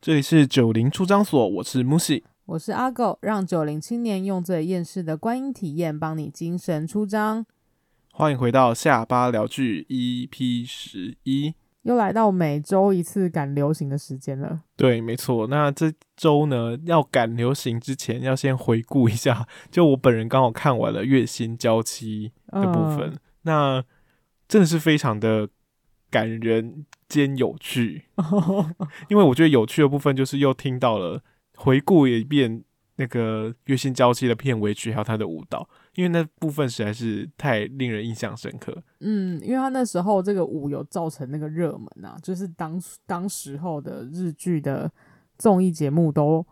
这里是九零出张所，我是 Musi。我是阿狗，让九零青年用最厌世的观影体验帮你精神出张。欢迎回到下巴聊剧 EP 十一。又来到每周一次赶流行的时间了。对，没错。那这周呢，要赶流行之前，要先回顾一下。 就我本人刚好看完了《月薪娇妻》的部分，那真的是非常的感人兼有趣。嗯， 因为我觉得有趣的部分就是又听到了回顾一遍那个《月薪娇妻》的片尾曲，还有他的舞蹈，因为那部分实在是太令人印象深刻。嗯，因为他那时候这个舞有造成那个热门啊，就是当当时候的日剧的综艺节目都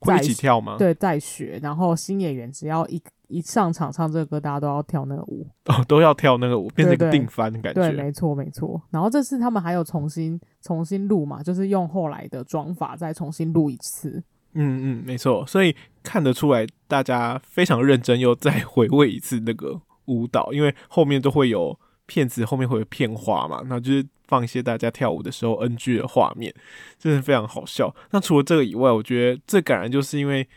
会一在起跳吗？对在学，然后新演员只要一一上场唱这个歌，大家都要跳那个舞。哦，都要跳那个舞，变成一个对对定番的感对，觉。没错没错。然后这次他们还有重新重新录嘛，就是用后来的妆法再重新录一次。嗯嗯，没错。所以看得出来，大家非常认真，又再回味一次那个舞蹈，因为后面都会有片子，后面会有片花嘛，那就是放一些大家跳舞的时候 NG 的画面，真的非常好笑。那除了这个以外，我觉得最感人就是因为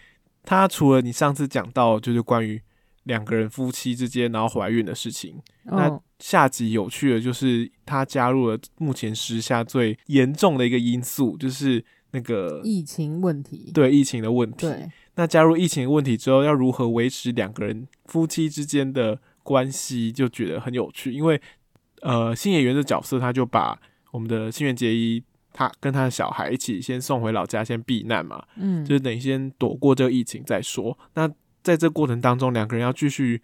它除了你上次讲到，就是关于两个人夫妻之间然后怀孕的事情，那嗯，下集有趣的就是他加入了目前时下最严重的一个因素，就是那个疫情问题。对疫情的问题。对，那加入疫情的问题之后，要如何维持两个人夫妻之间的关系，就觉得很有趣。因为呃，新演员的角色，他就把我们的新垣结衣，他跟他的小孩一起先送回老家，先避难嘛。嗯，就是等于先躲过这个疫情再说。那在这过程当中，两个人要继续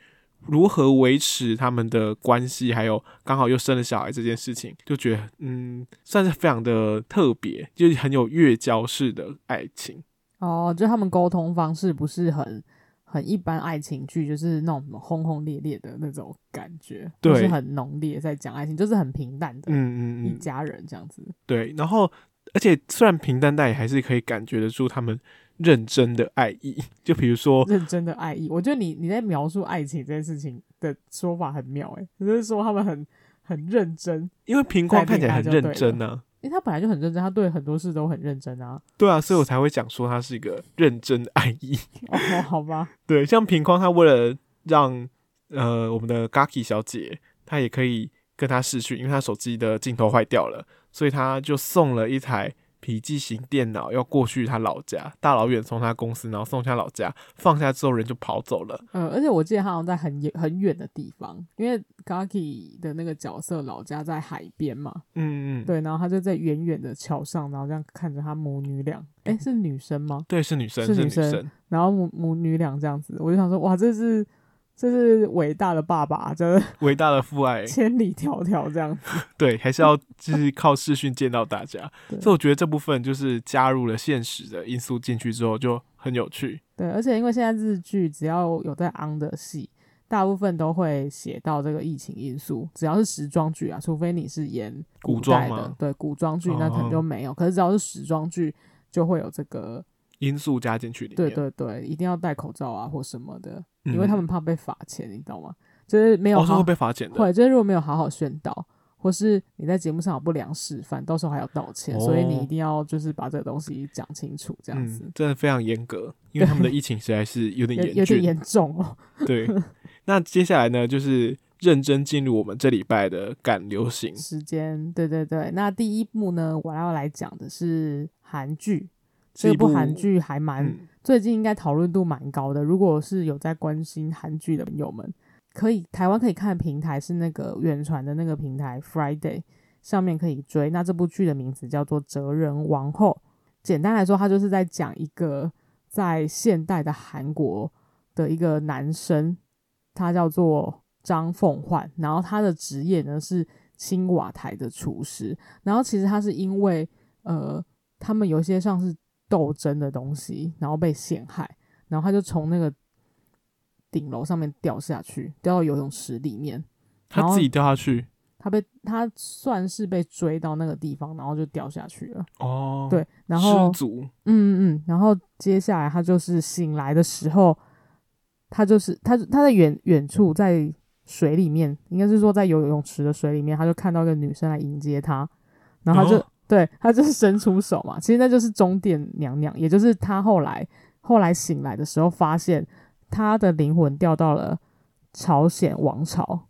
如何维持他们的关系，还有刚好又生了小孩这件事情，就觉得嗯，算是非常的特别，就是很有越交式的爱情。哦，就他们沟通方式不是很很一般爱情剧，就是那种什么轰轰烈烈的那种感觉，不是对很浓烈在讲爱情，就是很平淡的、嗯嗯一嗯，家人这样子。对。然后，而且虽然平淡，但也还是可以感觉得出他们认真的爱意。就比如说，认真的爱意。我觉得你你在描述爱情这件事情的说法很妙、欸，诶，就是说他们很很认真，因为平匡在看起恋来爱很就认对真啊。因为他本来就很认真，他对很多事都很认真啊。对啊，所以我才会讲说他是一个认真的爱意。哦，好吧，对，像平匡他为了让呃我们的 Gaki 小姐，她也可以跟他视讯，因为她手机的镜头坏掉了，所以他就送了一台笔记型电脑要过去他老家，大老远从他公司，然后送去他老家，放下之后人就跑走了。呃，而且我记得他好像在很远很远的地方，因为 Gaki 的那个角色老家在海边嘛，嗯嗯，对，然后他就在远远的桥上，然后这样看着他母女俩，诶，是女生吗？对，是女生，是是女生生。然后母母女俩这样子，我就想说，哇，这是这是伟大的爸爸，就是伟大的父爱，千里迢迢这样子，对，还是要就是靠视讯见到大家 对，所以我觉得这部分就是加入了现实的因素进去之后就很有趣。对，而且因为现在日剧只要有在 on 的戏，大部分都会写到这个疫情因素。只要是时装剧啊，除非你是演古古装代的吗，对古装剧那可能就哦没有。可是只要是时装剧，就会有这个，因素加进去里面，对对对，一定要戴口罩啊或什么的，嗯，因为他们怕被罚钱，你知道吗？就是没有哦是好会，被罚钱的，或者就是如果没有好好宣导。或是你在节目上有不良示范，到时候还要道歉，所以哦你一定要就是把这个东西讲清楚，这样子、嗯、真的非常严格，因为他们的疫情实在是有点有严有点峻。严重哦。对，那接下来呢，就是认真进入我们这礼拜的赶流行。时间，对对对。那第一部呢，我要来讲的是韩剧，是这一部部韩，剧还蛮、嗯，最近应该讨论度蛮高的。如果是有在关心韩剧的朋友们，可以台湾可以看的平台是那个远传的那个平台 Friday 上面可以追。那这部剧的名字叫做《哲人王后》，简单来说，它就是在讲一个在现代的韩国的一个男生，他叫做张凤焕，然后他的职业呢是青瓦台的厨师。然后其实他是因为呃，他们有一些像是斗争的东西，然后被陷害，然后他就从那个顶楼上面掉下去，掉到游泳池里面。他然后自己掉下去他被他算是被追到那个地方，然后就掉下去了。哦，，对，然后失足，嗯嗯，嗯，然后接下来他就是醒来的时候，他就是他他在远远处在水里面，应该是说在游泳池的水里面，他就看到一个女生来迎接他，然后他就、哦对他就是伸出手嘛，其实那就是中殿娘娘，也就是他后来后来醒来的时候，发现他的灵魂掉到了朝鲜王朝，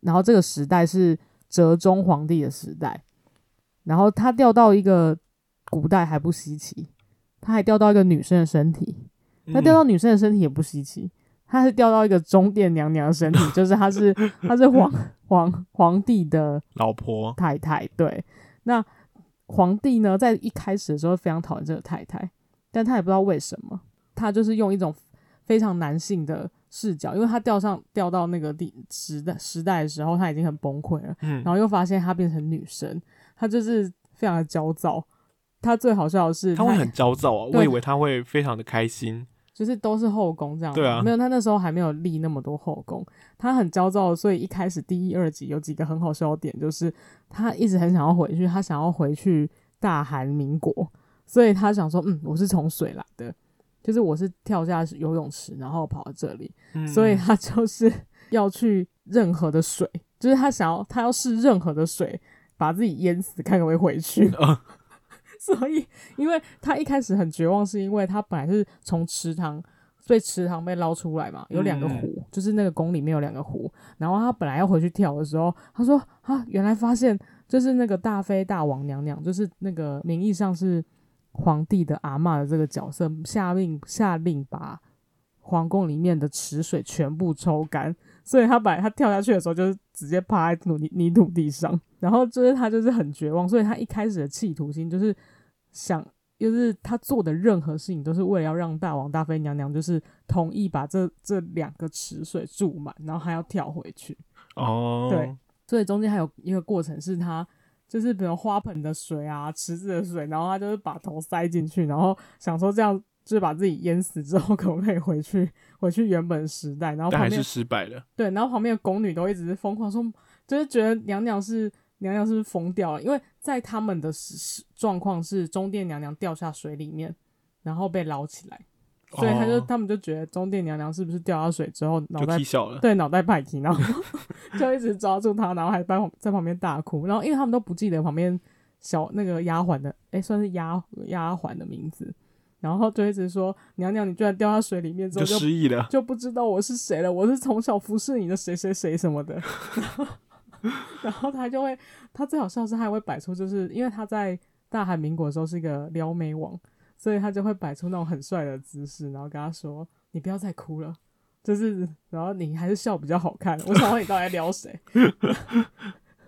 然后这个时代是哲宗皇帝的时代，然后他掉到一个古代还不稀奇，他还掉到一个女生的身体，嗯他掉到女生的身体也不稀奇，他是掉到一个中殿娘娘的身体，就是他是他是皇皇皇帝的老婆，太太。对，那皇帝呢，在一开始的时候非常讨厌这个太太，但他也不知道为什么，他就是用一种非常男性的视角，因为他掉上掉到那个地时代时代的时候，他已经很崩溃了，嗯然后又发现他变成女生，他就是非常的焦躁。他最好笑的是，他会很焦躁啊，对我以为他会非常的开心，就是都是后宫这样。对啊没有他那时候还没有立那么多后宫，他很焦躁，所以一开始第一、二集有几个很好笑的点，就是他一直很想要回去，他想要回去大韩民国，所以他想说，嗯，我是从水来的，就是我是跳下游泳池，然后跑到这里，嗯所以他就是 要去任何的水，就是他想要他要试任何的水，把自己淹死，看可不可以回去。呃 所以，因为他一开始很绝望，是因为他本来是从池塘，所以池塘被捞出来嘛，有两个湖，就是那个宫里面有两个湖。然后他本来要回去跳的时候，他说啊，原来发现就是那个大妃大王娘娘，就是那个名义上是皇帝的阿嬷的这个角色，下令下令把皇宫里面的池水全部抽干。所以他本来他跳下去的时候就是直接趴在土泥泥土地上，然后就是他就是很绝望，所以他一开始的企图心就是想，就是他做的任何事情都是为了要让大王大妃娘娘就是同意把这这两个池水注满，然后还要跳回去。哦，对，所以中间还有一个过程是他就是比如花盆的水啊、池子的水，然后他就是把头塞进去，然后想说这样就是把自己淹死之后，可不可以回去回去原本时代？然后但旁还边是失败了。对，然后旁边的宫女都一直是疯狂说，就是觉得娘娘是娘娘是不是疯掉了？因为在他们的时时状况是中殿娘娘掉下水里面，然后被捞起来，所以他就、哦他们就觉得中殿娘娘是不是掉下水之后脑就袋踢笑了，对脑袋派皮，然后 就一直抓住他，然后还在旁在旁边大哭，然后因为他们都不记得旁边小那个丫鬟的，诶，算是丫丫鬟的名字，然后就一直说娘娘你居然掉到水里面之后就就失忆了。就不知道我是谁了，我是从小服侍你的谁谁谁什么的。 然后他就会，他最好笑的是他还会摆出，就是因为他在大韩民国的时候是一个撩妹王，所以他就会摆出那种很帅的姿势，然后跟他说：“你不要再哭了。”就是，然后你还是笑比较好看。我想问你到底在撩谁？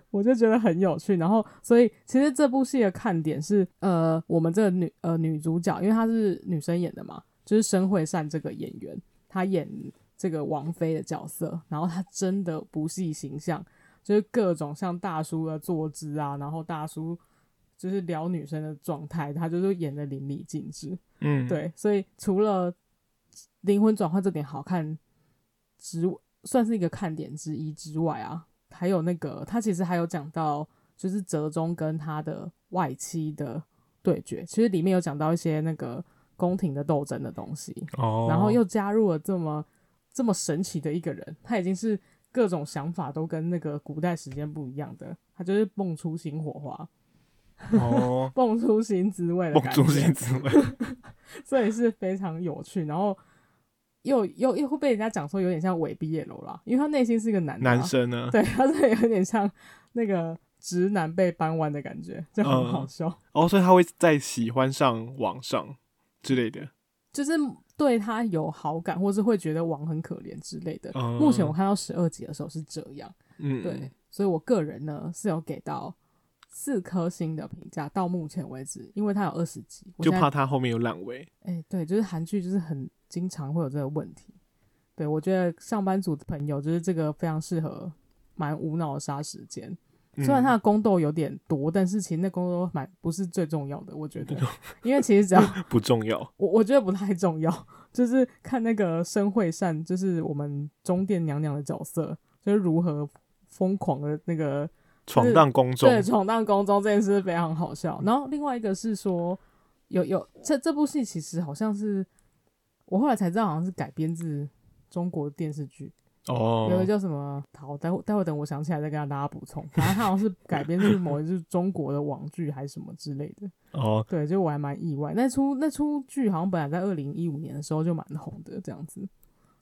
我就觉得很有趣。然后，所以其实这部戏的看点是，呃，我们这个女呃女主角，因为她是女生演的嘛，就是申惠善这个演员，她演这个王菲的角色，然后她真的不戏形象，就是各种像大叔的坐姿啊，然后大叔就是撩女生的状态，她就是演的淋漓尽致。嗯，，对，所以除了灵魂转换这点好看之，算是一个看点之一之外啊，还有那个他其实还有讲到，就是哲宗跟他的外戚的对决，其实里面有讲到一些那个宫廷的斗争的东西，哦，然后又加入了这么这么神奇的一个人，他已经是各种想法都跟那个古代时间不一样的，他就是蹦出新火花， 哦，蹦出新滋味的梦感觉，中心滋味，所以是非常有趣，然后又又又会被人家讲说有点像伪毕业楼啦，因为他内心是一个男的啊 男生呢？对，他是有点像那个直男被搬弯的感觉，就很好笑。哦，所以他会再喜欢上网上之类的。就是对他有好感，或是会觉得王很可怜之类的。嗯目前我看到十二集的时候是这样，嗯，对，，所以我个人呢是有给到四颗星的评价，到目前为止，因为它有二十集，我就现在怕他后面有烂尾。哎、对，就是韩剧就是很经常会有这个问题。对我觉得上班族的朋友就是这个非常适合，蛮无脑的杀时间。嗯虽然他的宫斗有点多，但是其实那宫斗蛮不是最重要的，我觉得，因为其实只要 不重要，我我觉得不太重要， 就是看那个申惠善，就是我们中殿娘娘的角色，就是如何疯狂的那个闯荡宫中，对，闯荡宫中这件事非常好笑。然后另外一个是说，有有这这部戏其实好像是我后来才知道，好像是改编自中国电视剧，有一个哦，叫什么？好，待会待会等我想起来再跟大家补充。反正它好像是改编自某一部中国的网剧还是什么之类的。哦，对，就我还蛮意外。那出那出剧好像本来在二零一五年的时候就蛮红的，这样子。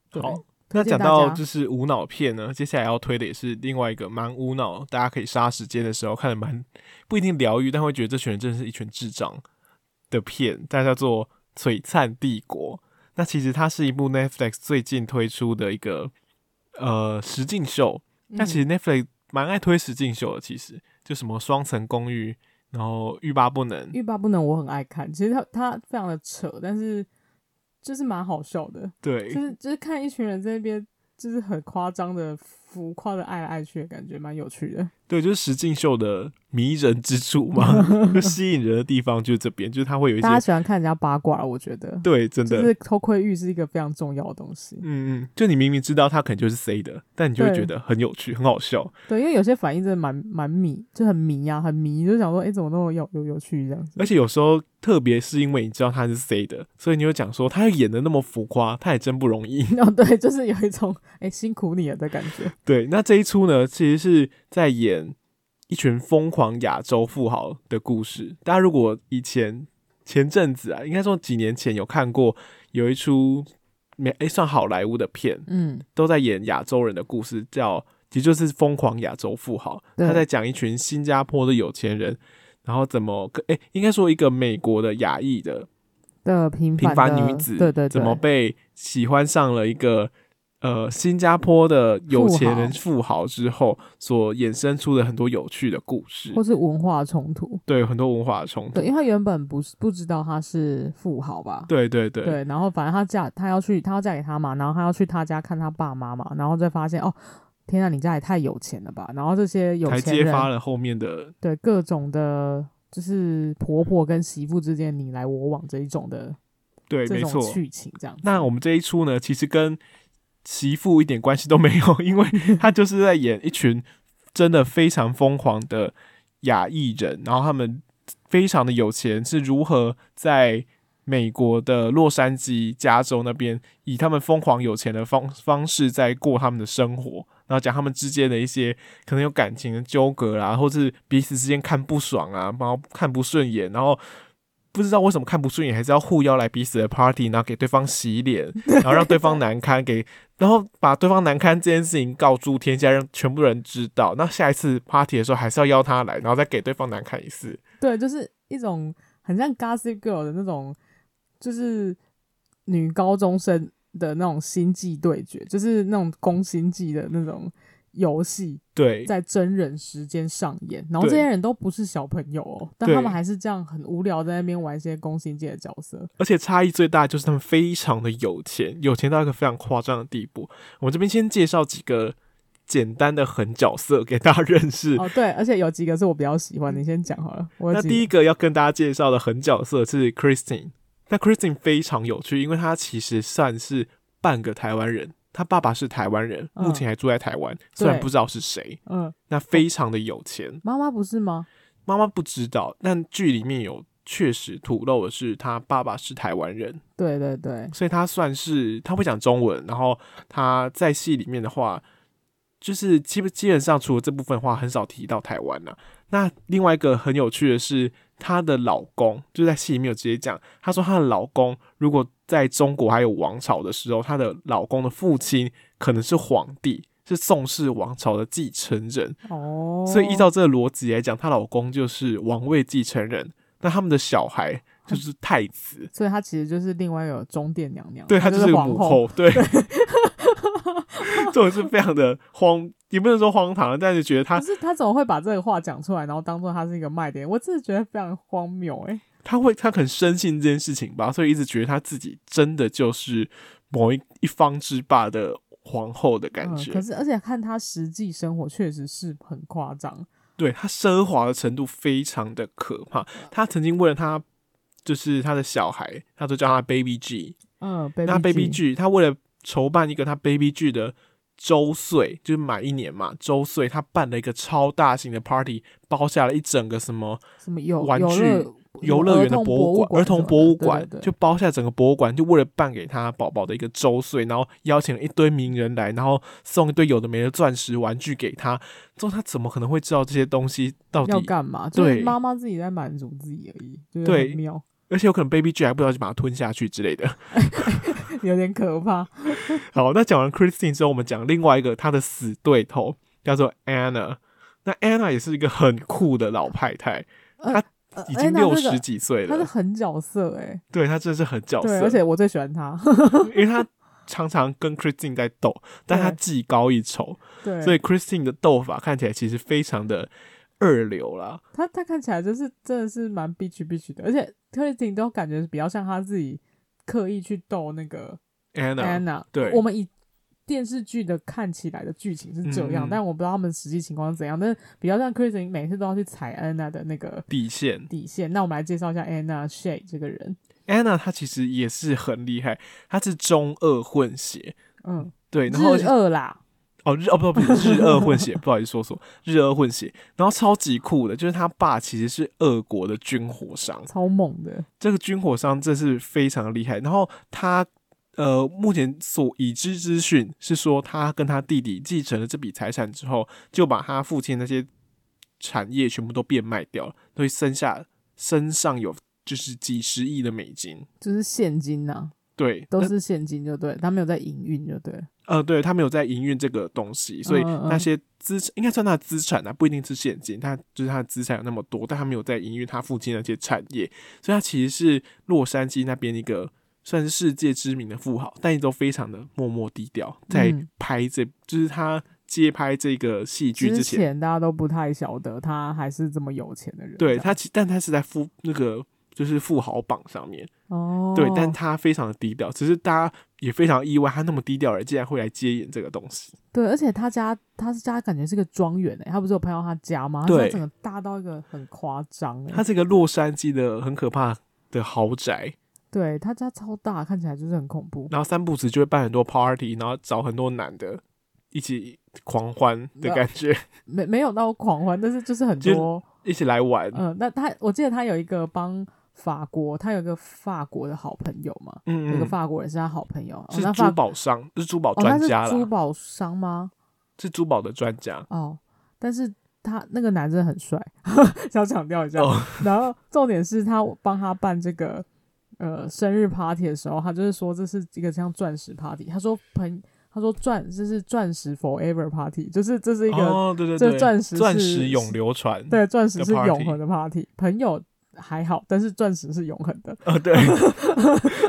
对好。那荐讲大到家就是无脑片呢，接下来要推的也是另外一个蛮无脑，大家可以杀时间的时候看的蛮不一定疗愈，但会觉得这群人真的是一群智障的片，它叫做《璀璨帝国》。那其实它是一部 Netflix 最近推出的一个呃实境秀，那其嗯实 Netflix 蛮爱推实境秀的，其实就什么双层公寓，然后欲罢不能，欲罢不能，我很爱看。其实它它非常的扯，但是就是蛮好笑的，对，就是就是看一群人在那边就是很夸张的浮夸的爱来爱去的感觉，蛮有趣的。对，就是石敬秀的迷人之处 嘛，就吸引人的地方就是这边，就是他会有一大家些喜欢看人家八卦，我觉得对，真的，就是偷窥欲是一个非常重要的东西。嗯嗯，就你明明知道他可能就是 C 的，但你就会对觉得很有趣，很好笑。对，因为有些反应真的蛮蛮迷，就很迷啊，很迷，就想说，哎、怎么那么有有有趣这样子？而且有时候，特别是因为你知道他是 C 的，所以你会讲说他演的那么浮夸，他也真不容易。哦，对，就是有一种哎、诶辛苦你了的感 觉。对，那这一出呢，其实是在演一群疯狂亚洲富豪的故事。大家如果以前前阵子啊，应该说几年前有看过有一出没诶、算好莱坞的片，嗯，都在演亚洲人的故事，叫其实就是《疯狂亚洲富豪》，对他在讲一群新加坡的有钱人，然后怎么跟哎、应该说一个美国的亚裔的的平平凡凡的女子，对对对，怎么被喜欢上了一个呃新加坡的有钱人富豪之后，所衍生出的很多有趣的故事或，是文化冲突？对很多文化的冲突对，，因为他原本不是不知道他是富豪吧？对对对然后反正他嫁他要去他要嫁给他嘛，然后他要去他家看他爸妈嘛，然后再发现哦，天啊，你家也太有钱了吧！然后这些有才钱揭发人了后面的对各种的，就是婆婆跟媳妇之间你来我往这一种的对，这没种错，剧情这样子。那我们这一出呢，其实跟媳妇一点关系都没有， 因为他就是在演一群真的非常疯狂的亚裔人，然后他们非常的有钱，是如何在美国的洛杉矶、加州那边，以他们疯狂有钱的方方式在过他们的生活。然后讲他们之间的一些可能有感情的纠葛啦，或是彼此之间看不爽啊，然后看不顺眼，然后不知道为什么看不顺眼，还是要互邀来彼此的 party，然后给对方洗脸， 然后让对方难堪，给然后把对方难堪这件事情告诸天下，让全部人知道。那下一次 party 的时候，还是要邀他来，然后再给对方难堪一次。对，就是一种很像 Gossip Girl 的那种，就是女高中生的那种心计对决，就是那种攻心计的那种游戏。对，在真人时间上演，然后对这些人都不是小朋友哦，但对他们还是这样很无聊，在那边玩一些宫心计的角色。而且差异最大就是他们非常的有钱，有钱到一个非常夸张的地步。我这边先介绍几个简单的狠角色给大家认识。哦，对，而且有几个是我比较喜欢，你先讲好了。我有那几第一个要跟大家介绍的狠角色是 Christine。那 Christine 非常有趣，因为她其实算是半个台湾人，她爸爸是台湾人，嗯目前还住在台湾，虽然对不知道是谁。嗯，那非常的有钱，妈妈不是吗？妈妈不知道，但剧里面有确实吐露的是她爸爸是台湾人，对对对，所以她算是她会讲中文，然后她在戏里面的话。就是基本基本上，除了这部分的话，很少提到台湾呐、那另外一个很有趣的是，她的老公就是在戏里面有直接讲，她说她的老公如果在中国还有王朝的时候，她的老公的父亲可能是皇帝，是宋氏王朝的继承人，哦，所以依照这个逻辑来讲，她老公就是王位继承人，那他们的小孩就是太子，所以她其实就是另外一个中殿娘娘，对她她就是是皇母，后， 对，这种是非常的荒，也不能说荒唐，但是觉得她可是她怎么会把这个话讲出来，然后当做她是一个卖点？我真的觉得非常荒谬哎、她会她很深信这件事情吧，所以一直觉得她自己真的就是某一一方之霸的皇后的感嗯，觉，可是而且看她实际生活确实是很夸张，对她奢华的程度非常的可怕。她曾经为了她就是她的小孩，她都叫她 Baby G，嗯那 Baby G G 他为了筹办一个他 Baby G 的周岁，就是满一年嘛，周岁他办了一个超大型的 party，包下了一整个什么什么有玩有具乐游乐园的博物馆、儿儿童童博博物物馆馆，就包下整个博物馆，就为了办给他宝宝的一个周岁，然后邀请了一堆名人来，然后送一堆有的没的钻石玩具给他。之后他怎么可能会知道这些东西到要底？干嘛？就对是妈妈自己在满足自己而已，就是对很妙，而且有可能 Baby G 还不知道就把它吞下去之类的。有点可怕。好，那讲完 Christine 之后，我们讲另外一个她的死对头，叫做 Anna。那 Anna 也是一个很酷的老太太，呃已哎经那六这个十几岁他了。是很角色哎、对她真的是很角对，色而，且我最喜欢他， 因为她常常跟 Christine 在斗，但她对技高一筹，对，所以 Christine 的斗法看起来其实非常的二流啦。他他看起来就是真的是蛮 bitch bitch 的，而且 t e r r y 都感觉比较像他自己刻意去逗那个 Anna， Anna。对我们以电视剧的看起来的剧情是这样，嗯嗯但我不知道他们实际情况是怎样。但是比较像 c h r i s t i n 每次都要去踩 Anna 的那个底线底线。那我们来介绍一下 Anna Shay 这个人， Anna 她其实也是很厉害，她是中俄混血，嗯，对，然后而且日二啦，哦，日哦不不，日俄混血， 不好意思说错，日俄混血。然后超级酷的，就是他爸其实是俄国的军火商，超猛的，这个军火商真是非常厉害。然后他呃，目前所已知资讯是说，他跟他弟弟继承了这笔财产之后，就把他父亲那些产业全部都变卖掉了，所以身下身上有就是几十亿的美金。就是现金呐、对，都那是现金就对，他没有在营运就对了。呃，对他没有在营运这个东西，所以嗯嗯那些资产应该算他的资产啊，不一定是现金，他就是他的资产有那么多，但他没有在营运他附近那些产业，所以他其实是洛杉矶那边一个算是世界知名的富豪，但也都非常的默默低调，在嗯拍这、就是他接拍这个戏剧之之前，前大家都不太晓得他还是这么有钱的人，对这样他其但他是在富那个就是富豪榜上面，哦，对，但他非常的低调，只是大家也非常意外，他那么低调的人竟然会来接演这个东西。对，而且他家他是家感觉是个庄园欸诶，他不是有拍到他家吗？他对家整个大到一个很夸张欸诶，它是一个洛杉矶的很可怕的豪宅，对他家超大，看起来就是很恐怖。然后三不时就会办很多 party，然后找很多男的一起狂欢的感觉，没没有到狂欢，但是就是很就多 一起来玩。嗯、呃那他我记得他有一个帮法国，他有一个法国的好朋友嘛，有嗯嗯，个法国人是他好朋友，哦、是那法珠宝商，是珠宝哦，他专家啦，是珠宝商吗？是珠宝的专家。哦，但是他那个男生很帅， 想强调一下。哦然后重点是他帮他办这个呃生日 party 的时候，他就是说这是一个像钻石 party，他说朋他说钻这是钻石 forever party，就是这是一个、哦，对对这对，钻石是钻石永流传。对钻石的是 party 永恒的 party，朋友还好，但是钻石是永恒的。呃，对，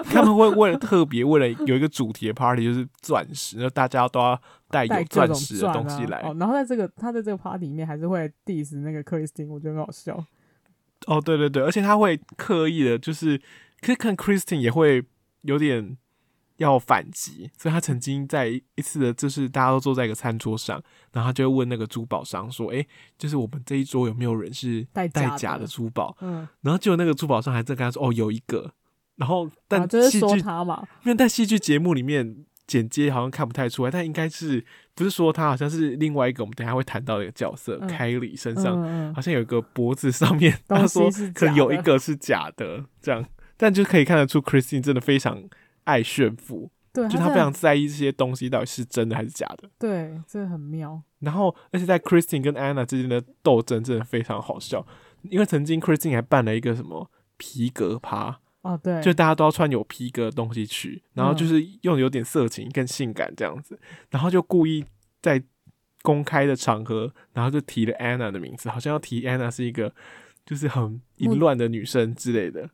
他们会为了特别为了有一个主题的 party，就是钻石，那大家都要带带哎有各钻种石的钻东西啊来。哦，然后在这个他在这个 party 里面还是会 diss 那个克里斯汀，我觉得很好笑。哦，对对对，而且他会刻意的，就是可是看 Christine 也会有点要反击，所以他曾经在一次的，就是大家都坐在一个餐桌上，然后他就会问那个珠宝商说：“诶，就是我们这一桌有没有人是戴戴假假的的珠宝嗯，？”然后结果那个珠宝商还在跟他说：“哦，有一个。”然后但啊就是戏说剧，他嘛，因为在戏剧节目里面。剪接好像看不太出来，但应该是不是说他好像是另外一个我们等一下会谈到的一个角色、嗯凯里身上嗯嗯好像有一个脖子上面，东他西说是可能假有一的个是假的，这样，但就可以看得出 Christine 真的非常爱炫富，啊对，就她他真非的常在意这些东西到底是真的还是假的。对，这很妙。然后，而且在 Christine 跟 Anna 之间的斗争真的非常好笑，因为曾经 Christine 还办了一个什么皮革趴，哦，对，就大家都要穿有皮革的东西去，然后嗯就是用有点色情、更性感这样子，然后就故意在公开的场合，然后就提了 Anna 的名字，好像要提 Anna 是一个就是很淫乱的女生之类的，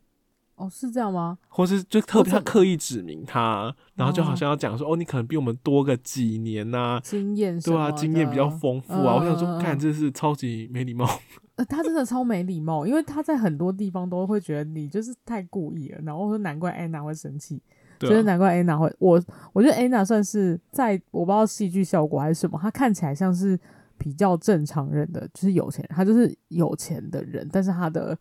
哦，是这样吗？或是就特别我他怎刻意指明她，然后就好像要讲说哦，你可能比我们多个几年呐、经验什对啊，么经验比较的丰富啊。我想嗯嗯说，嗯看这是超级没礼貌。呃，他真的超没礼貌，因为他在很多地方都会觉得你就是太故意了，然后我说难怪安娜会生气，对觉得啊、难怪安娜会，我我觉得安娜算是在我不知道戏剧效果还是什么，她看起来像是比较正常人的，就是有钱人，她就是有钱的人，但是她的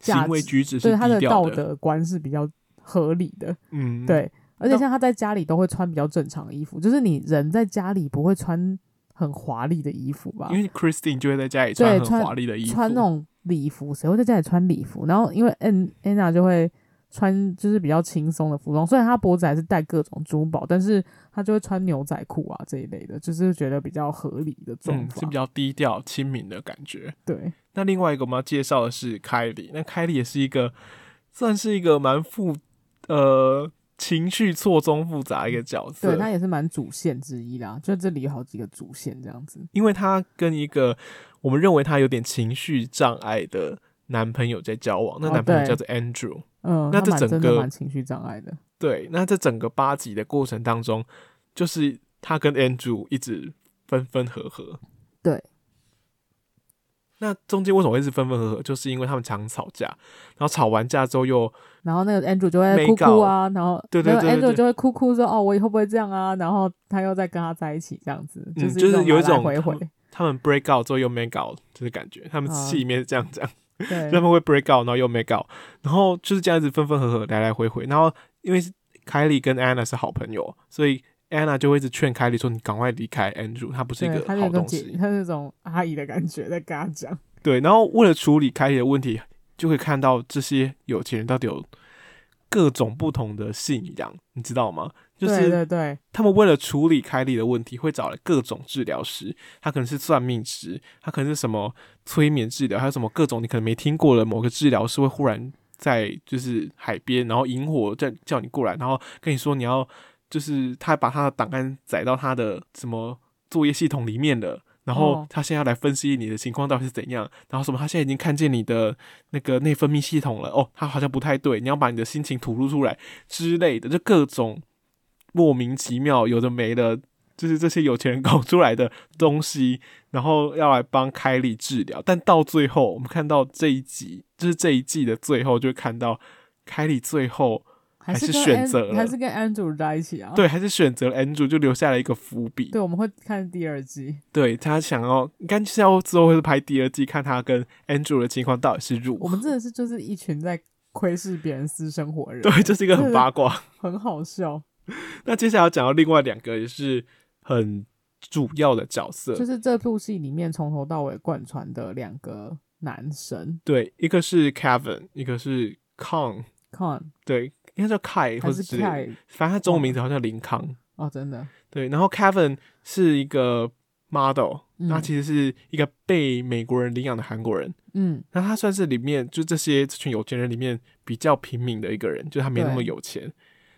价行为值举止是对她低调道德观是比较合理的，嗯，对，而且那像他在家里都会穿比较正常的衣服，就是你人在家里不会穿很华丽的衣服吧因？为 Christine 就会在家里对穿很穿华丽的衣服，穿那种礼服，谁会在家里穿礼服？然后因为 An Anna 就会穿就是比较轻松的服装，虽然她脖子还是戴各种珠宝，但是她就会穿牛仔裤啊这一类的，就是觉得比较合理的做嗯，法。是比较低调亲民的感觉。对，那另外一个我们要介绍的是凯莉，那凯莉也是一个算是一个蛮复呃情绪错综复杂的一个角色，对，她也是蛮主线之一啦，就这里有好几个主线这样子。因为她跟一个我们认为她有点情绪障碍的男朋友在交往，那哦男朋友对叫做 Andrew。嗯，那她这蛮整真的个蛮情绪障碍的，对，那这整个八集的过程当中，就是她跟 Andrew 一直分分合合。对。那中间为什么会是分分合合？就是因为他们常吵架，然后吵完架之后又然后那个 Andrew 就会没哭哭搞啊，然后对对那个对对 Andrew 对就会哭哭说哦，我以后不会这样啊，然后他又在跟他在一起这样子，嗯是就是有一一来来种回回， 他们 break out 之后又 make out，就是感觉他们啊戏里面是这样讲，对他们会 break out，然后又 make out，然后就是这样子分分合合，来来回回。然后因为是凯莉跟 Anna 是好朋友，所以 Anna 就会一直劝凯莉说：“你赶快离开 Andrew，他不是一对，个他就好有个东姐，西。他那种阿姨的感觉在跟他讲，”对，然后为了处理凯莉的问题，就会看到这些有钱人到底有各种不同的信仰，你知道吗？就是对对对，他们为了处理凯莉的问题，会找来各种治疗师，他可能是算命师，他可能是什么催眠治疗，还有什么各种你可能没听过的某个治疗师会忽然在就是海边，然后引火叫叫你过来，然后跟你说你要就是他把他的档案载到他的什么作业系统里面了。然后哦他现在要来分析你的情况到底是怎样，然后什么他现在已经看见你的那个内分泌系统了，哦，他好像不太对，你要把你的心情吐露出来之类的，就各种莫名其妙，有的没的，就是这些有钱人搞出来的东西，然后要来帮凯莉治疗。但到最后，我们看到这一集，就是这一季的最后，就会看到凯莉最后还是是跟选 An- 择了还是跟 Andrew 在一起啊，对还是选择了 Andrew，就留下了一个伏笔。对，我们会看第二季，对他想要，应该是要之后会拍第二季，看他跟 Andrew 的情况到底是如何。我们真的是就是一群在窥视别人私生活的人，对，这是一个很八卦。 很好笑，那接下来要讲到另外两个也是很主要的角色，就是这部戏里面从头到尾贯穿的两个男神对，一个是 Kevin，一个是 Con， ，Con 对，应该叫 Kai 或还者是之类的 Kai 反正他中文名字好像叫林康。哦，真的，对，然后 Kevin 是一个 model，嗯那其实是一个被美国人领养的韩国人。嗯，那他算是里面就这些这群有钱人里面比较平民的一个人，就他没那么对有钱。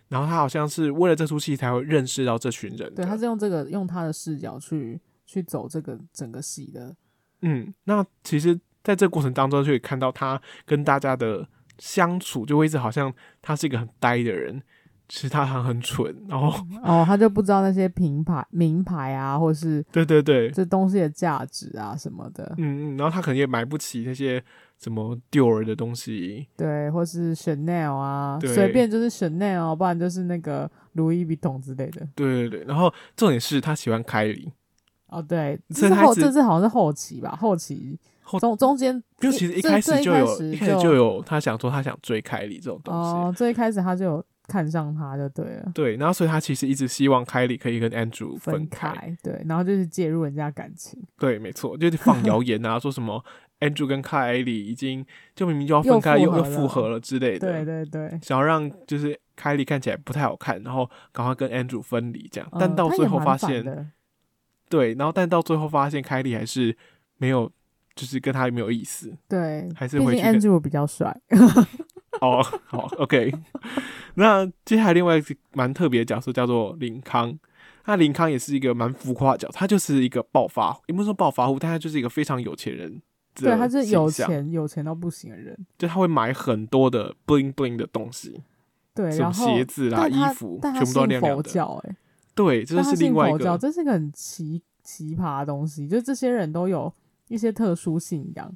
然后他好像是为了这出戏才会认识到这群人的。对，他是用这个用他的视角去去走这个整个戏的，嗯，那其实在这过程当中就可以看到他跟大家的相处，就会一直好像他是一个很呆的人，其实他好像很蠢，然 后哦，他就不知道那些品牌名牌啊，或是对对对，这东西的价值啊什么的，嗯嗯，然后他可能也买不起那些什么丢人的东西，对，或是 Chanel 啊，对随便就是 Chanel，不啊然就是那个 Louis Vuitton 之类的。对对对，然后重点是他喜欢凯莉，哦，对，所这以是他一后直这是好像是后期吧，后期后中中间就其实一最开始最就开有，始一开始就就有他想说他想追凯莉这种东西，哦，最一开始他就有看上他就对了，对，然后所以他其实一直希望凯莉可以跟 Andrew 分开，开对，然后就是介入人家感情，对，没错，就是放谣言啊，说什么 Andrew 跟凯莉已经就明明就要又分开，复又又合复了合了之类的，对对对。想要让就是凯莉看起来不太好看，然后赶快跟 Andrew 分离这样，但嗯到他最也后蛮发反现，的对，然后但到最后发现凯莉还是没有，就是跟他没有意思对，还是毕回竟去跟 Andrew 比较帅，哦。好，OK。那接下来另外一个蛮特别的角色叫做林康，那林康也是一个蛮浮夸的角色，他就是一个暴发，也不是说暴发户，但他就是一个非常有钱人。对，他是有，钱有钱到不行的人，就他会买很多的 bling bling 的东西，对，什么然后鞋子啦、但他衣服，但全他部都要信亮亮佛的。教哎、对，这但是他信另外一佛教，个这是个很奇奇葩的东西，就这些人都有一些特殊信仰。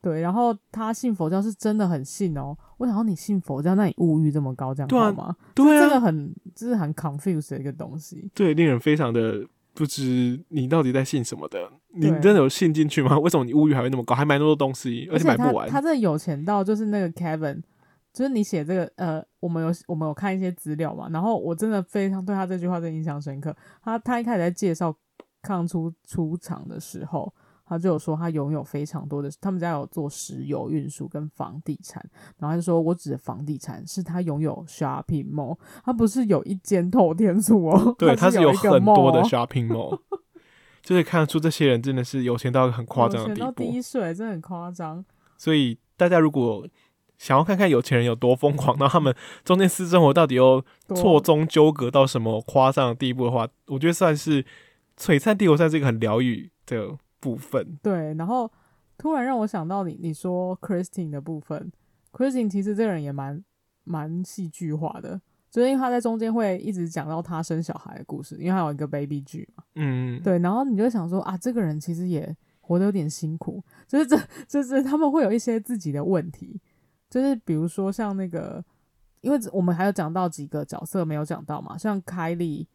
对，然后他信佛教是真的很信哦。我想说你信佛教，那你物欲这么高，这样对啊好吗？对这啊，个很，这是很 confused 的一个东西。对，令人非常的不知你到底在信什么的。你对真的有信进去吗？为什么你物欲还会那么高，还买那么多东西，而且买他不完？他真的有钱到，就是那个 Kevin，就是你写这个呃，我们有我们有看一些资料嘛，然后我真的非常对他这句话真的印象深刻。他他一开始在介绍抗出出场的时候，他就有说他拥有非常多的，他们家有做石油运输跟房地产，然后他就说我指的房地产是他拥有 shopping mall，他不是有一间透天厝哦，对，它他是有一个很多 mall 的哦 shopping mall，就可以看得出这些人真的是有钱到一个很夸张有的钱地到步。滴水，真的很夸张。所以大家如果想要看看有钱人有多疯狂，然后他们中间私生活到底又多错综纠葛到什么夸张的地步的话，我觉得算是《璀璨帝国》算是一个很疗愈的部分。对，然后突然让我想到你你说 Christine 的部分，Christine 其实这个人也蛮蛮戏剧化的，就是因为他在中间会一直讲到他生小孩的故事，因为他有一个 baby 剧嘛。嗯，对，然后你就会想说啊，这个人其实也活得有点辛苦，就是这就是 他们会有一些自己的问题，就是比如说像那个，因为我们还有讲到几个角色没有讲到嘛，像凯莉，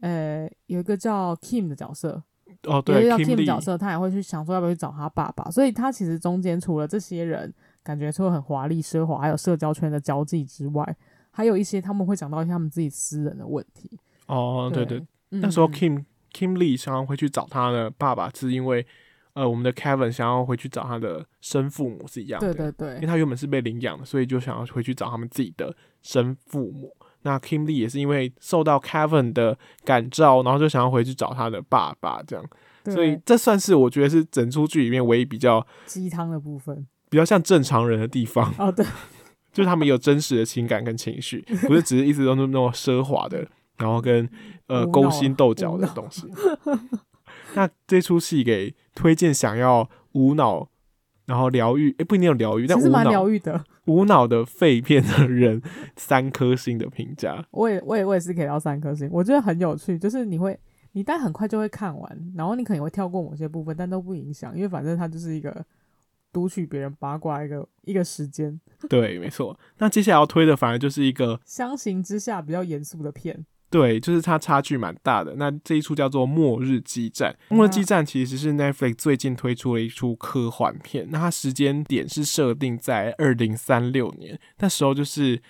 呃，有一个叫 Kim 的角色，哦，有一对个叫 Kim Kim 角 Lee，色，他也会去想说要不要去找他爸爸，所以他其实中间除了这些人感觉是会很华丽奢华，还有社交圈的交际之外，还有一些他们会讲到一些他们自己私人的问题。哦，对对，对，嗯那时候嗯 Kim Kim Lee 想要回去找他的爸爸，是因为呃，我们的 Kevin 想要回去找他的生父母是一样的，对对因对为，他原本是被领养的，所以就想要回去找他们自己的生父母。那 Kim Lee 也是因为受到 Kevin 的感召，然后就想要回去找他的爸爸，这样，对所以这算是我觉得是整出剧里面唯一比较鸡汤的部分比较像正常人的地方， 哦，对，就是他们有真实的情感跟情绪，不是只是一直都是那种奢华的，然后跟呃无脑勾心斗角的无脑东西。 那这出戏给推荐想要无脑，然后疗愈，诶、不一定有疗愈，但其无实蛮脑疗愈的。无脑的废片的人，三颗星的评价。我也我也我也是给到三颗星，我觉得很有趣，就是你会你但很快就会看完，然后你可能会跳过某些部分，但都不影响，因为反正它就是一个读取别人八卦一个一个时间。对，没错。那接下来要推的反而就是一个相形之下比较严肃的片，对，就是它差距蛮大的。那这一出叫做《末日激战》，嗯《末日激战》其实是 Netflix 最近推出了一出科幻片，那它时间点是设定在二零三六年，那时候就是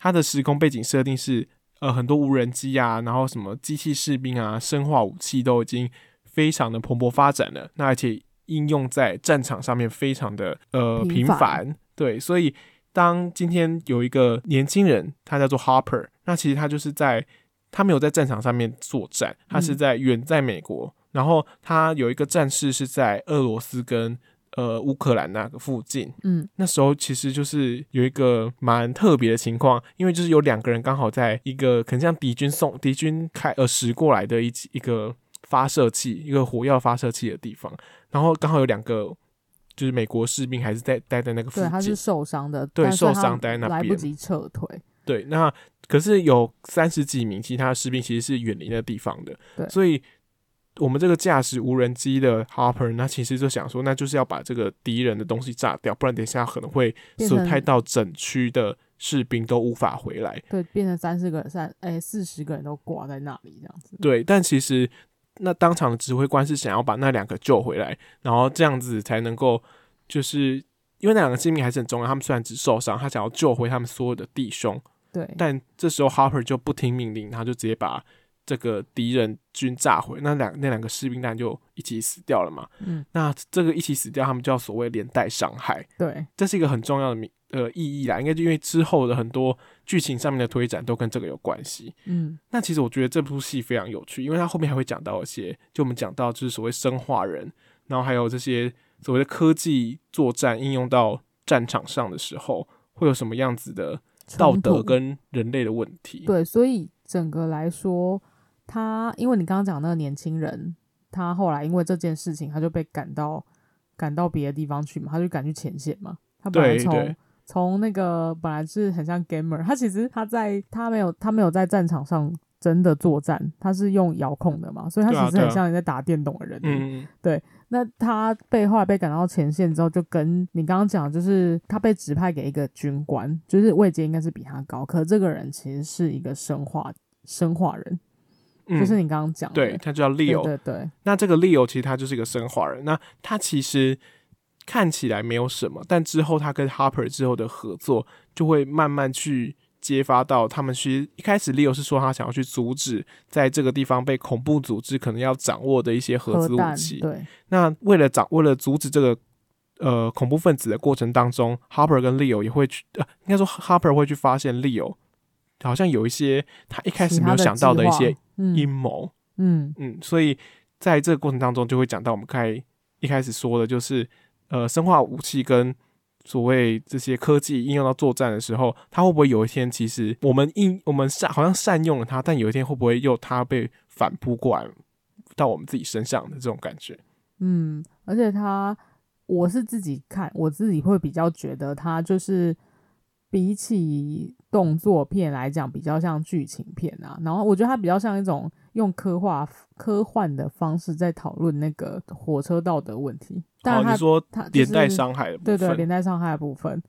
它的时空背景设定是呃很多无人机啊，然后什么机器士兵啊、生化武器都已经非常的蓬勃发展了，那而且应用在战场上面非常的呃频频繁繁，对，所以。当今天有一个年轻人，他叫做 Hopper，那其实他就是在他没有在战场上面作战，他嗯是在远在美国，然后他有一个战事是在俄罗斯跟呃乌克兰那个附近。嗯，那时候其实就是有一个蛮特别的情况，因为就是有两个人刚好在一个可能像敌军送敌军开呃驶过来的一起一个发射器，一个火药发射器的地方，然后刚好有两个就是美国士兵还是在待在那个附对，他近是，受伤的，对但是他受伤待那边来不及撤退，对，那可是有三十几名其他士兵其实是远离那地方的，对所以我们这个驾驶无人机的 Hopper，那其实就想说，那就是要把这个敌人的东西炸掉，不然等一下可能会变成损害到整区的士兵都无法回来。对，变成三四个人，三哎四十个人都挂在那里这样子，对，但其实那当场的指挥官是想要把那两个救回来，然后这样子才能够，就是因为那两个性命还是很重要，他们虽然只受伤，他想要救回他们所有的弟兄。对，但这时候 Harper 就不听命令，他就直接把这个敌人军炸毁，那两那两个士兵当然就一起死掉了嘛。嗯，那这个一起死掉，他们叫所谓连带伤害，对，这是一个很重要的名呃意义啦。应该就因为之后的很多剧情上面的推展都跟这个有关系。嗯，那其实我觉得这部戏非常有趣，因为它后面还会讲到一些，就我们讲到就是所谓生化人，然后还有这些所谓的科技作战应用到战场上的时候，会有什么样子的道冲德突跟人类的问题。对，所以整个来说，他因为你刚刚讲那个年轻人，他后来因为这件事情，他就被赶到赶到别的地方去嘛，他就赶去前线嘛。他本来对从对从那个本来是很像 gamer，他其实他在他没有他没有在战场上真的作战，他是用遥控的嘛，所以他对啊其实对很啊像你在打电动的人。嗯，那他被后来被赶到前线之后，就跟你刚刚讲，就是他被指派给一个军官，就是位阶应该是比他高，可这个人其实是一个生化生化人，嗯就是你刚刚讲的，对，他叫对 Leo。对对那这个 Leo 其实他就是一个生化人。那他其实看起来没有什么，但之后他跟 Harper 之后的合作，就会慢慢去揭发到他们其实一开始 Leo 是说他想要去阻止在这个地方被恐怖组织可能要掌握的一些核核子武弹器。对，那为了掌为了阻止这个呃恐怖分子的过程当中，Harper 跟 Leo 也会去，呃、应该说 Harper 会去发现 Leo 好像有一些他一开其始他没有想到的的一些计划嗯阴谋。嗯嗯，所以在这个过程当中，就会讲到我们开一开始说的，就是呃，生化武器跟所谓这些科技应用到作战的时候，它会不会有一天，其实我们应我们善好像善用了它，但有一天会不会又它被反扑过来到我们自己身上的这种感觉？嗯，而且他我是自己看，我自己会比较觉得他就是比起动作片来讲，比较像剧情片啊。然后我觉得他比较像一种用科幻科幻的方式在讨论那个火车道德问题，但好，他你说他就连带是伤害的部对分，对连带伤害的部分，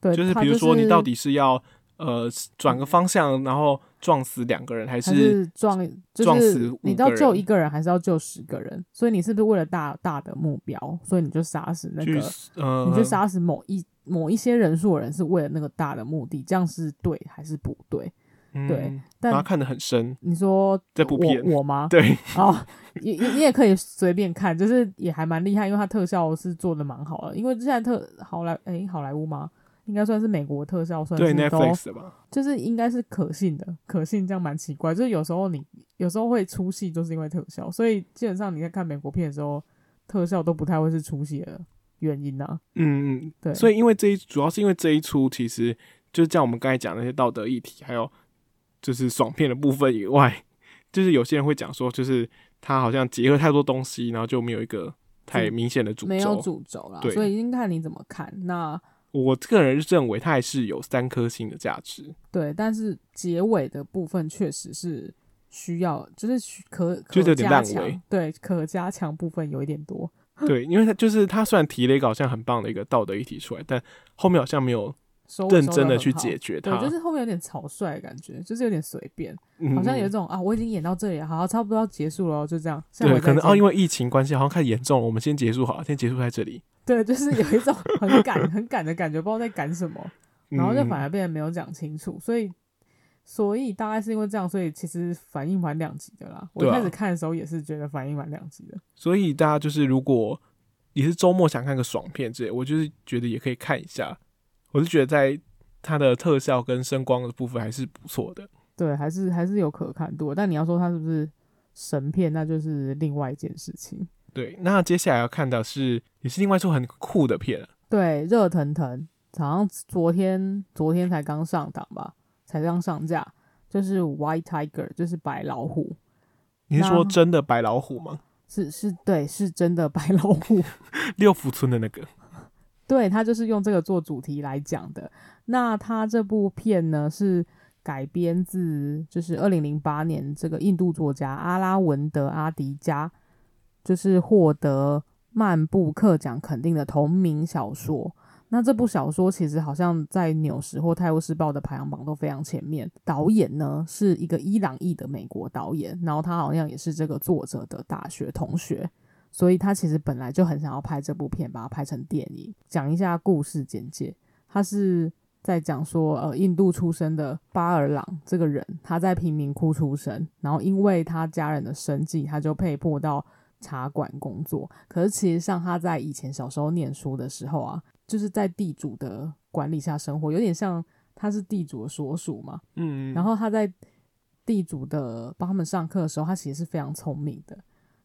对，就是他比如说你是到底是要呃转个方向，然后撞死两个人，还还是撞，就撞是死五你到个救人一个人还是要救十个人？所以你是不是为了大大的目标，所以你就杀死那去个，死呃你就杀死某一某一些人数的人，是为了那个大的目的，这样是对还是不对？对嗯把它但看得很深，你说这部片我我吗？对。哦，也 也你也可以随便看，就是也还蛮厉害，因为它特效是做的蛮好的。因为现在特好莱诶、好莱坞吗？应该算是美国特效，算对是都 Netflix 的吧？就是应该是可信的，可信这样蛮奇怪。就是有时候你有时候会出戏，就是因为特效，所以基本上你在看美国片的时候，特效都不太会是出戏的原因呐、啊嗯嗯，对，所以以因为这一主要是因为这一出，其实就是像我们刚才讲的那些道德议题，还有就是爽片的部分以外，就是有些人会讲说，就是他好像结合太多东西，然后就没有一个太主明显的主没有轴。主轴啦对，所以已经看你怎么看。那我个人认为它还是有三颗星的价值，对，但是结尾的部分确实是需要，就是需可就可是有点加烂强尾，对，可加强部分有一点多。 对，因为它就是它虽然提了一个好像很棒的一个道德议题出来，但后面好像没有收尾认收真哦得的很去好解决它对，，就是后面有点草率的感觉，就是有点随便。嗯好像有一嗯种啊，我已经演到这里了，好，差不多要结束了哦，就这样。下对，回可再能哦，见因为疫情关系好像太严重了，我们先结束好了，先结束在这里，对，就是有一种很赶、很赶的感觉，不知道在赶什么，然后就嗯反而变得没有讲清楚，所以，所以大概是因为这样，所以其实反应蛮两极的啦。我一对啊开始看的时候也是觉得反应蛮两极的，所以大家就是如果也是周末想看个爽片之类，我就是觉得也可以看一下。我是觉得在它的特效跟声光的部分还是不错的。对，还是还是有可看度的。但你要说它是不是神片，那就是另外一件事情。对，那接下来要看的是也是另外一出很酷的片了，对，热腾腾，好像昨天昨天才刚上档吧，才刚上架，就是《White Tiger》，就是白老虎。你是那说真的白老虎吗？是是，对，是真的白老虎。六福村的那个，对他就是用这个做主题来讲的。那他这部片呢是改编自就是二零零八年这个印度作家阿拉文德阿迪加，就是获得曼布克奖肯定的同名小说。那这部小说其实好像在《纽时》或《泰晤士报》的排行榜都非常前面。导演呢是一个伊朗裔的美国导演，然后他好像也是这个作者的大学同学。所以他其实本来就很想要拍这部片，把它拍成电影。讲一下故事简介，他是在讲说，呃，印度出生的巴尔朗这个人，他在贫民窟出生，然后因为他家人的生计，他就被迫到茶馆工作。可是其实上他在以前小时候念书的时候啊，就是在地主的管理下生活，有点像他是地主的所属嘛。嗯，然后他在地主的帮他们上课的时候，他其实是非常聪明的。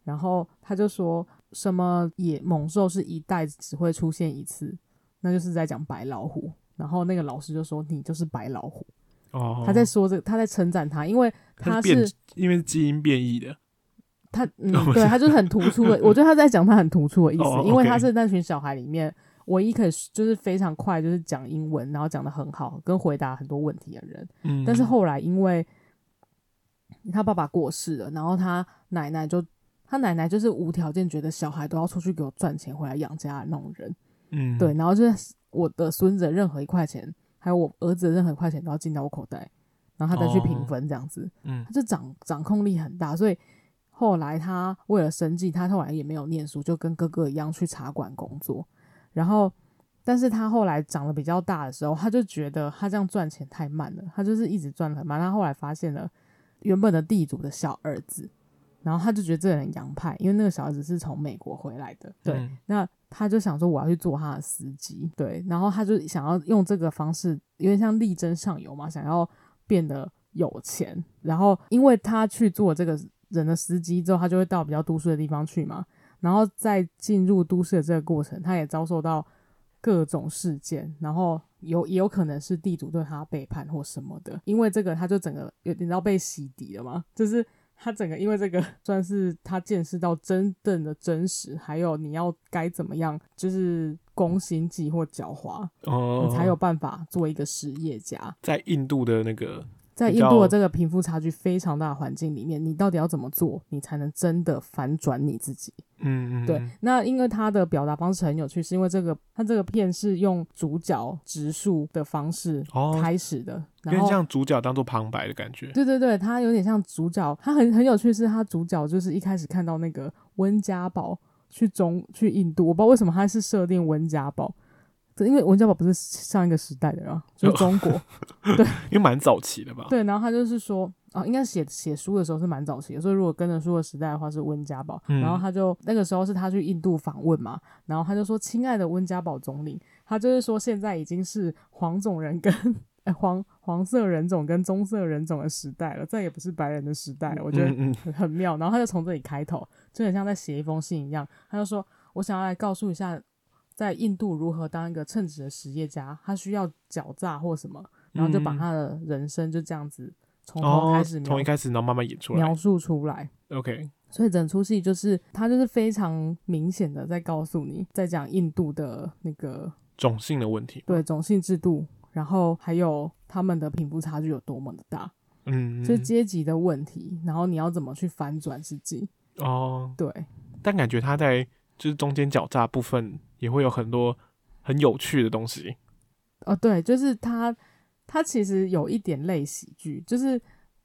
然后他就说什么野猛兽是一代只会出现一次，那就是在讲白老虎。然后那个老师就说你就是白老虎，哦，他在说这个，他在称赞他，因为它他是变是，因为是基因变异的，，他嗯 对他就是很突出的，我觉得他在讲他很突出的意思，哦因为他 OK 是那群小孩里面唯一可以就是非常快就是讲英文，然后讲的很好，跟回答很多问题的人。嗯，但是后来因为他爸爸过世了，然后他奶奶就他奶奶就是无条件觉得小孩都要出去给我赚钱回来养家的那种人，嗯，对，，然后就是我的孙子的任何一块钱，还有我儿子的任何一块钱都要进到我口袋，然后他再去哦平分这样子，嗯他就掌掌控力很大，所以后来他为了生计，他后来也没有念书，就跟哥哥一样去茶馆工作。然后但是他后来长得比较大的时候，他就觉得他这样赚钱太慢了，他就是一直赚得很慢。他后来发现了原本的地主的小儿子，然后他就觉得这个人洋派，因为那个小儿子是从美国回来的，对，嗯那他就想说我要去做他的司机，对，然后他就想要用这个方式，有点像力争上游嘛，想要变得有钱。然后因为他去做这个人的司机之后，他就会到比较都市的地方去嘛，然后在进入都市的这个过程，他也遭受到各种事件，然后有也有可能是地主对他背叛或什么的，因为这个他就整个有点到被洗涤了嘛，就是他整个因为这个算是他见识到真正的真实，还有你要该怎么样，就是攻心计或狡猾，哦你，才有办法做一个实业家。在印度的那个在比印度较的这个贫富差距非常大的环境里面，你到底要怎么做，你才能真的反转你自己？嗯嗯对嗯，那因为他的表达方式很有趣，是因为这个他这个片是用主角植树的方式哦开始的，有然点后像主角当做旁白的感觉。对对对，他有点像主角，他很很有趣，是他主角就是一开始看到那个温家宝去中去印度，我不知道为什么他是设定温家宝。这因为温家宝不是上一个时代的人啊，就是中国因为蛮早期的吧？嗯对，然后他就是说，啊，应该写写书的时候是蛮早期的，所以如果跟着书的时代的话是温家宝。嗯然后他就那个时候是他去印度访问嘛，然后他就说：“亲爱的温家宝总理，他就是说现在已经是黄种人跟、 哎黄黄色人种跟棕色人种的时代了，再也不是白人的时代了。”我觉得嗯嗯，很很妙。然后他就从这里开头，就很像在写一封信一样。他就说：“我想要来告诉一下，在印度如何当一个称职的实业家，他需要狡诈或什么，然后就把嗯他的人生就这样子从头哦开始，描、从一开始，然后慢慢演出来描。述出来。 OK，所以整出戏就是他就是非常明显的在告诉你，在讲印度的那个种姓的问题。对种姓制度，然后还有他们的贫富差距有多么的大，嗯，就是嗯阶级的问题，然后你要怎么去反转自己，哦，对。但感觉他在就是中间狡诈部分也会有很多很有趣的东西。哦，对，就是他，他其实有一点类喜剧，就是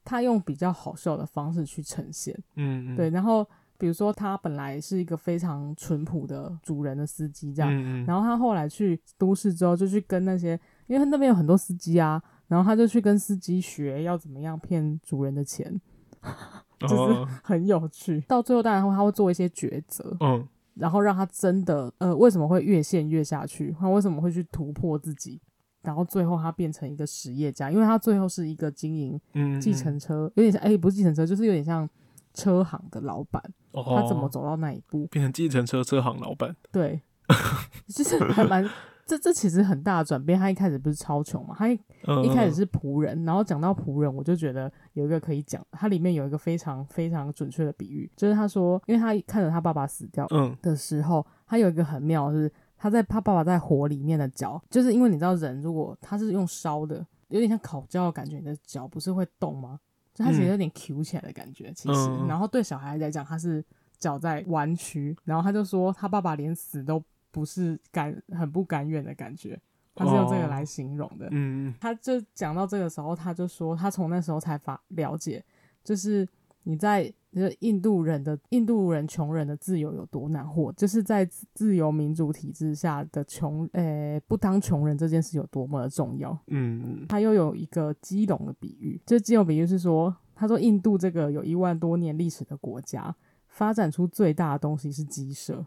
他用比较好笑的方式去呈现。嗯，嗯对，，然后比如说他本来是一个非常淳朴的主人的司机这样，嗯嗯，然后他后来去都市之后，就去跟那些，因为他那边有很多司机啊，然后他就去跟司机学要怎么样骗主人的钱， 后就是很有趣。到最后，当然他会做一些抉择，嗯然后让他真的呃，为什么会越陷越下去？他为什么会去突破自己？然后最后他变成一个实业家，因为他最后是一个经营 嗯，计程车，有点像哎、不是计程车，就是有点像车行的老板。嗯他怎么哦走到那一步？变成计程车车行老板？对， 就是还蛮这这其实很大的转变。他一开始不是超穷嘛，他一嗯，一开始是仆人，然后讲到仆人，我就觉得有一个可以讲，它里面有一个非常非常准确的比喻，就是他说，因为他看着他爸爸死掉，嗯的时候，他有一个很妙的是，他在他爸爸在火里面的脚，就是因为你知道人如果他是用烧的，有点像烤焦的感觉，你的脚不是会动吗？就它其实嗯有点 Q 起来的感觉，其实嗯，嗯然后对小孩来讲，他是脚在弯曲，然后他就说他爸爸连死都不是甘很不甘愿的感觉，他是用这个哦来形容的。嗯他就讲到这个时候，他就说他从那时候才发了解，就是你在就是印度人的印度人穷人的自由有多难获，就是在自自由民主体制下的穷呃、不当穷人这件事有多么的重要。嗯他又有一个基隆的比喻，就基隆比喻是说，他说印度这个有一万多年历史的国家，发展出最大的东西是鸡舍，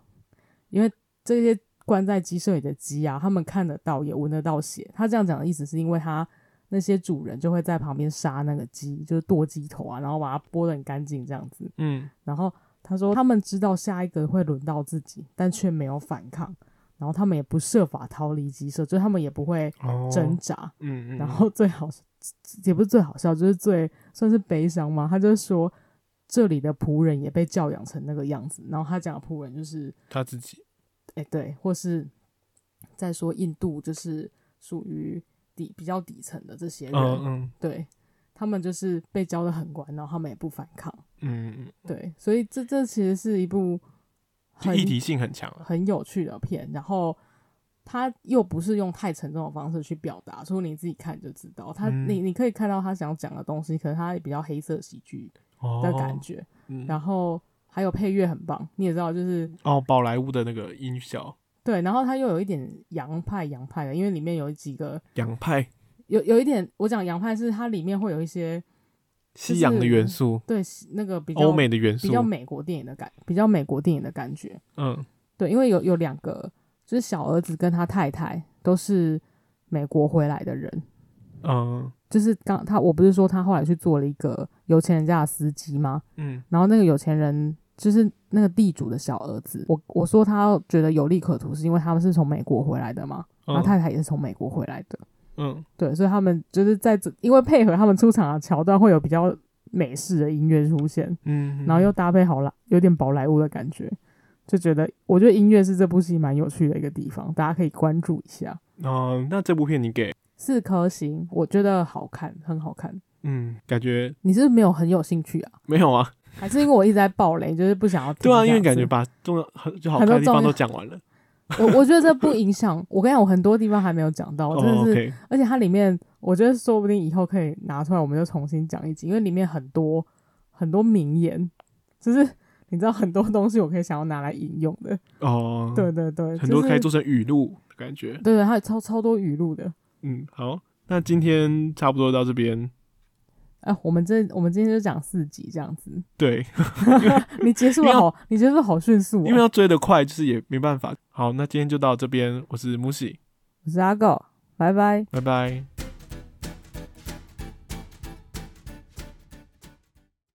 因为这些关在鸡舍里的鸡啊，他们看得到也闻得到血。他这样讲的意思是因为他那些主人就会在旁边杀那个鸡，就是剁鸡头啊，然后把它剥得很干净这样子。嗯然后他说他们知道下一个会轮到自己，但却没有反抗，然后他们也不设法逃离鸡舍，就是他们也不会哦，挣扎。嗯嗯，然后最好是也不是最好笑，就是最算是悲伤嘛。他就说这里的仆人也被教养成那个样子，然后他讲的仆人就是他自己哎对，或是再说印度就是属于底比较底层的这些人，嗯嗯对他们就是被教的很乖，然后他们也不反抗，嗯，对，所以这这其实是一部就很议题性很强啊。很有趣的片，然后他又不是用太沉重的方式去表达，所以你自己看就知道。他、嗯你你可以看到他想讲的东西，可能他比较黑色喜剧哦的感觉，嗯然后还有配乐很棒，你也知道，就是哦，宝莱坞的那个音效，对，然后它又有一点洋派洋派的，因为里面有几个洋派有有一点，我讲洋派是它里面会有一些西洋的元素，对那个比较欧美的元素比，较美国电影的感，比较美国电影的感觉。嗯，对，因为有有两个，就是小儿子跟他太太都是美国回来的人，嗯就是刚他我不是说他后来去做了一个有钱人家的司机吗？嗯然后那个有钱人就是那个地主的小儿子，我我说他觉得有利可图，是因为他们是从美国回来的嘛，然嗯后太太也是从美国回来的，嗯对，所以他们就是在这，因为配合他们出场的桥段，会有比较美式的音乐出现，嗯，然后又搭配好了，有点宝莱坞的感觉，就觉得我觉得音乐是这部戏蛮有趣的一个地方，大家可以关注一下。哦，那这部片你给四颗星，我觉得好看，很好看。嗯，感觉你是不是没有很有兴趣啊？没有啊？ 还是因为我一直在爆雷，就是不想要听对这样啊，子？因为感觉把重要很就好很看的多地方重要都讲完了。我我觉得这不影响。我跟你讲，我很多地方还没有讲到，真哦的是， ，OK，而且它里面，我觉得说不定以后可以拿出来，我们就重新讲一集，因为里面很多很多名言，就是你知道很多东西我可以想要拿来引用的。哦，对对对，很多可就以是做成语录的感觉。对对，它有超超多语录的。嗯，好，那今天差不多到这边。啊，我们这我们今天就讲四集这样子，对，你结束因了为好，你结束得好迅速、因为哦。要追得快，就是也没办法。好，那今天就到这边，我是木喜，我是阿狗，拜拜。拜拜。